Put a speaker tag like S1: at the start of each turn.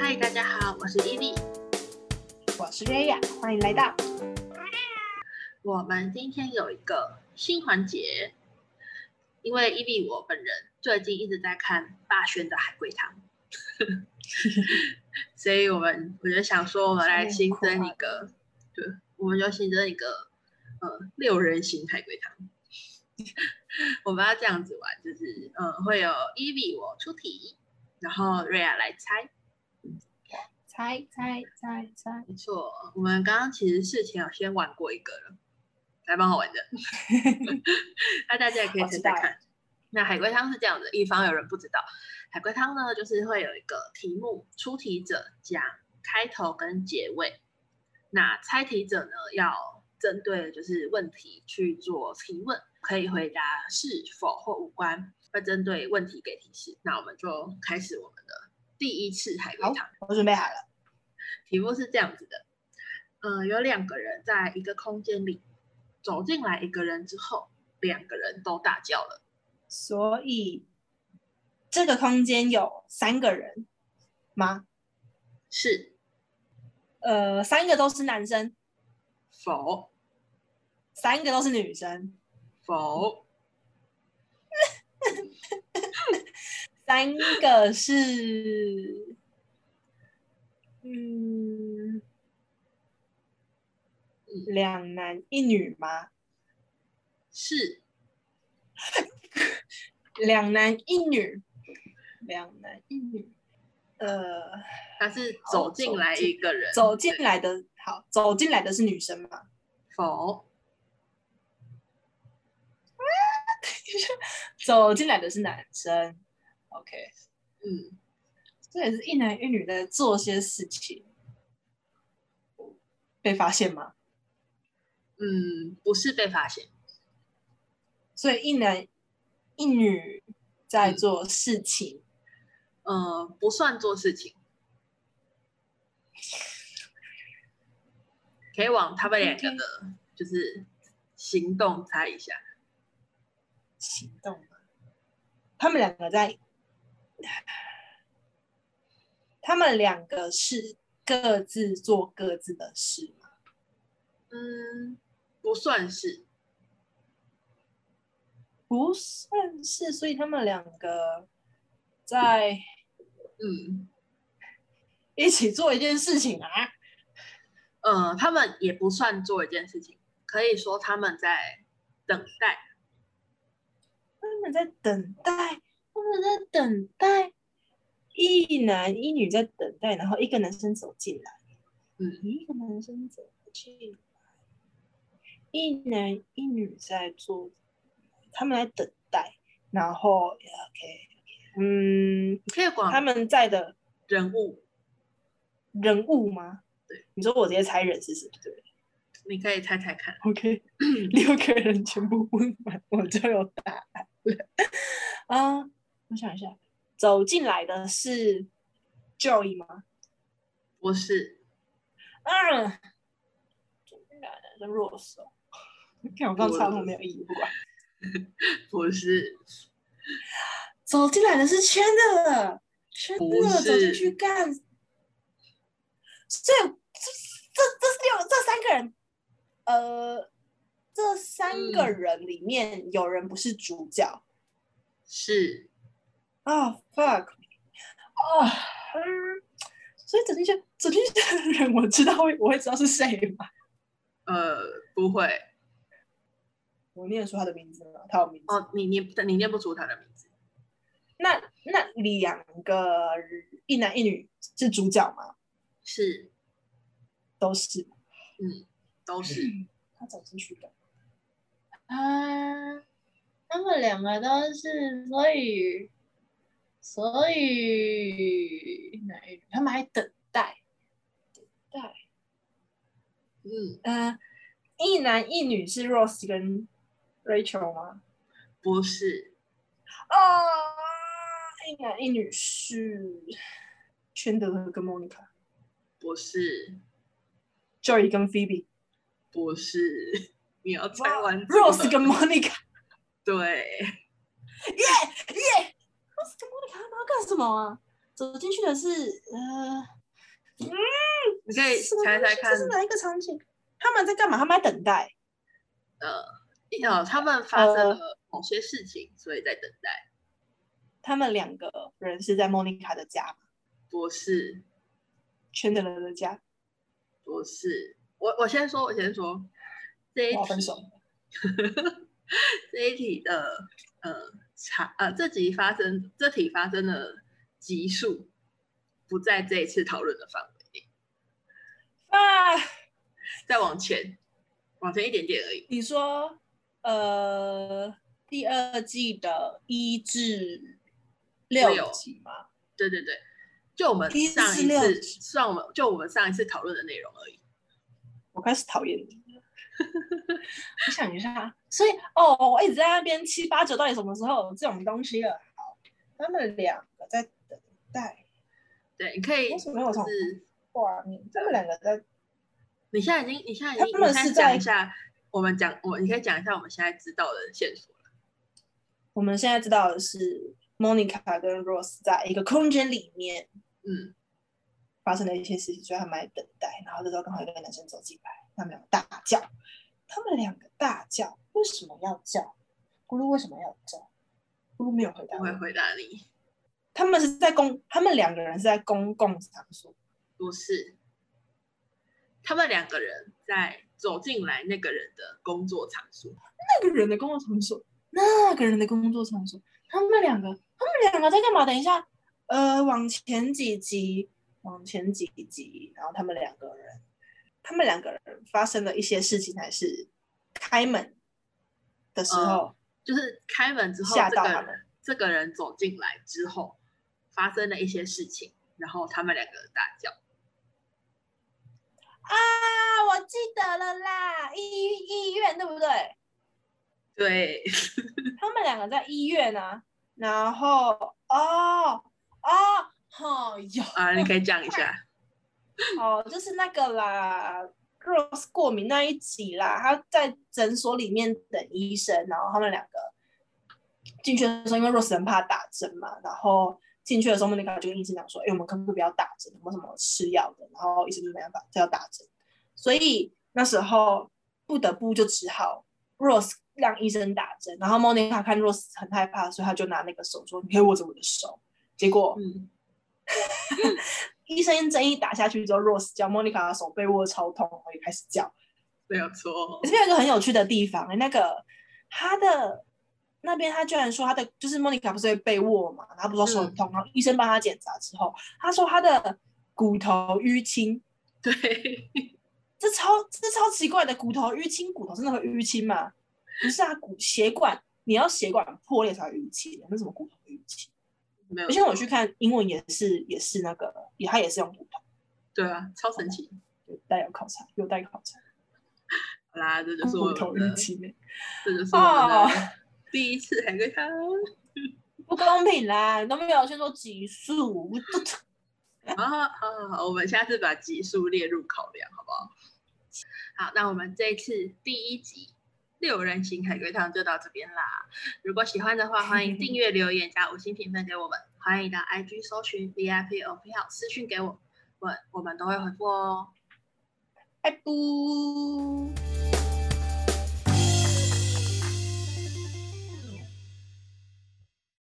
S1: 嗨，大家好，我是伊利。
S2: 我是瑞亚，欢迎来到
S1: 我们今天有一个新环节，因为伊利我本人最近一直在看霸轩的海龟汤，所以我们我就想说，我们来新增一个，对，我们就新增一个呃六人行海龟汤。 我们要这样子玩，就是嗯、呃会有伊利我出题，然后瑞亚来猜。
S2: 猜猜猜猜，
S1: 没错，我们刚刚其实事前有先玩过一个了，还蛮好 玩的。那大家也可以
S2: 我
S1: 试
S2: 知
S1: 试
S2: 道
S1: 看。那海龟汤是这样的，以防有人不知道，海龟汤呢就是会有一个题目，出题者讲开头跟结尾，那猜题者呢要针对就是问题去做提问，可以回答是否或无关，会针对问题给提示。那我们就开始我们的第一次海龟
S2: 好
S1: 汤。
S2: 我准备好了。
S1: 题目是这样子的，呃，有两个人在一个空间里走进来一个人之后，两个人都大叫了，
S2: 所以这个空间有三个人吗？
S1: 是
S2: 呃，三个都是男生，
S1: 否
S2: 三个都是女生，
S1: 否
S2: 三个是嗯两男一女吗？
S1: 是
S2: 两男一女，两男一女，呃。
S1: 他是
S2: 好
S1: 走进来
S2: 走进
S1: 一个人，
S2: 走进来的好，走进来的是女生嘛？
S1: 否
S2: 走进来的是男生，OK，
S1: 嗯
S2: 这也是一男一女在做些事情，被发现吗？
S1: 嗯不是被发现，
S2: 所以一男一女在做事情，
S1: 呃不算做事情，可以往他们两个的就是行动猜一下，
S2: 行动吗？他们两个在，他们两个是各自做各自的事吗？
S1: 嗯不算是。
S2: 不算是，所以他们两个在
S1: 嗯，
S2: 一起做一件事情啊。
S1: 呃，他们也不算做一件事情，可以说他们在等待。
S2: 他们在等待，他们在等待，一男一女在等待，然后一个男生走进来，
S1: 嗯，
S2: 一个男生走进来，一男一女在做，他们在等待，然后 OK，嗯，
S1: 你可以
S2: 他
S1: 管
S2: 们在的
S1: 人物，
S2: 人物吗？
S1: 对，
S2: 你说我直接猜人是谁？对
S1: 你可以猜猜看。
S2: ，OK，六个人全部问完，我就有答案了。啊、我想一下，走进来的是 Joey 吗？
S1: 不是，
S2: 嗯，走进来的是 Rose 哦。看我刚刚差那么没有意啊义，不管。
S1: 不是，
S2: 走进来的是 Chandler，Chandler
S1: 不是
S2: 走进去干，所以这这这这六这三个人，呃，这三个
S1: 嗯
S2: 人里面有人不是主角。
S1: 是
S2: 啊、fuck 啊、嗯所以走进去走进去的人，我知道会我会知道是谁吗？
S1: 呃，不会
S2: 我念得出他的名字吗？他有名字。
S1: 哦，你你你念不出他的名字，
S2: 那那两个一男一女是主角吗？
S1: 是，
S2: 都是。
S1: 嗯，都是，
S2: 他走进去的。啊，他们两个都是，所以所以一男一女，他们还等待，等待。
S1: 嗯，
S2: 呃，一男一女是 Rose 跟 Rachel 吗？
S1: 不是，
S2: 啊，一男一女是圈德跟 Monica、
S1: 不是，
S2: Joy 跟 Phoebe、
S1: 不是，你要猜完这个
S2: Rose 跟 Monica。
S1: 对，
S2: 耶耶，Rose 跟 Monica 他们要干什么啊？走进去的是呃
S1: 你可以
S2: 什么
S1: 猜
S2: 东
S1: 猜
S2: 西
S1: 看
S2: 这，是哪一个场景？他们在干嘛？他们在等待。
S1: 呃，呃，他们发生
S2: 呃
S1: 了某些事情，所以在等待。
S2: 他们两个人是在莫妮卡的家，
S1: 不是，
S2: 圈的人的家，
S1: 不是，我我先说，我先说，这一
S2: 我要
S1: 题
S2: 分手了。
S1: 这一题的呃查呃这集发生这题发生的集数不在这一次讨论的范围内，
S2: 啊，
S1: 再往前，往前一点点而已。
S2: 你说，呃，第二季的一至
S1: 六
S2: 六集吗？
S1: 对对对，就我们
S2: 第一
S1: 上
S2: 次
S1: 一
S2: 料
S1: 次算我们就我们上一次讨论的内容而已。
S2: 我开始讨厌你了。 我想一下，所以哦，我一直在那边七八九到底什么时候有这种东西了？好，他们两个在等待
S1: 对，你可以
S2: 为
S1: 就
S2: 什么有种
S1: 是
S2: 画面，他们两个在
S1: 你现在已经你现在已
S2: 他
S1: 经
S2: 们
S1: 你现
S2: 是
S1: 在讲
S2: 在
S1: 一下我们讲我你可以讲一下我们现在知道的线索了。
S2: 我们现在知道的是，Monica 跟 Rose 在一个空间里面
S1: 嗯，
S2: 发生了一些事情，所以他们在等待。然后这时候刚好一个男生走进来，他们两个大叫，他们两个大叫，为什么要叫？咕噜为什么要叫？咕噜没有回答
S1: 我会
S2: 我。
S1: 回答你，
S2: 他们是在公，他们两个人是在公共场所，
S1: 不是，他们两个人在走进来那个人的工作场所。
S2: 那个人的工作场所，那个人的工作场所，他们两个，他们两个在干嘛？等一下，呃，往前几集，往前几集，然后他们两个人，他们两个人发生了一些事情，还是开门的时候，
S1: 就是开门之后，
S2: 吓
S1: 这
S2: 到他
S1: 个
S2: 们
S1: 人这个人走进来之后，发生了一些事情，然后他们两个大叫。
S2: 啊，我记得了啦，医医院对不对？
S1: 对，
S2: 他们两个在医院啊，然后哦哦， 好、有。
S1: 啊，你可以讲一下。
S2: 哦，就是那个啦，Rose 过敏那一集啦，他在诊所里面等医生，然后他们两个进去的时候，因为 Rose 很怕打针嘛，然后进去的时候，莫妮卡就跟医生讲说：“哎、我们可不可以不要打针？有没有什么吃药的？”然后医生就没办法，就要打针，所以那时候不得不就只好 Rose 让医生打针，然后莫妮卡看 Rose 很害怕，所以他就拿那个手说：“你可以握着我的手。”结果
S1: 嗯，
S2: 医生针一打下去之后，Rose 叫 Monica 的手被握超痛，然后也开始叫。
S1: 没有错
S2: 这。边有一个很有趣的地方，那个他的那边他居然说他的就是 Monica 不是会被握嘛，然后不是说手很痛，然后医生帮他检查之后，他说他的骨头淤青，
S1: 对，
S2: 这超这超奇怪的，骨头淤青，骨头真的会淤青吗？不是啊，骨血管你要血管破裂才会淤青，那什么骨头淤青？
S1: 没有
S2: 而且我去看英文也是也是那个也他也是用骨头，
S1: 对啊，超神奇。
S2: 有带有考察，有带考察。
S1: 好啦，这就是我
S2: 骨
S1: 们
S2: 头哦
S1: 的
S2: 淤，青欸，
S1: 这就是我们的第一次海龟汤。
S2: 不公平啦！你都没有先说级数，我 都
S1: 好好好好，我们下次把集数列入考量，好不好？好，那我们这一次第一集六人行海龟汤就到这边啦。如果喜欢的话，欢迎订阅、留言、加五星评分给我们。欢迎到 IG 搜寻 VIP 欧票私讯给我们，我们都会回复哦。
S2: 拜拜。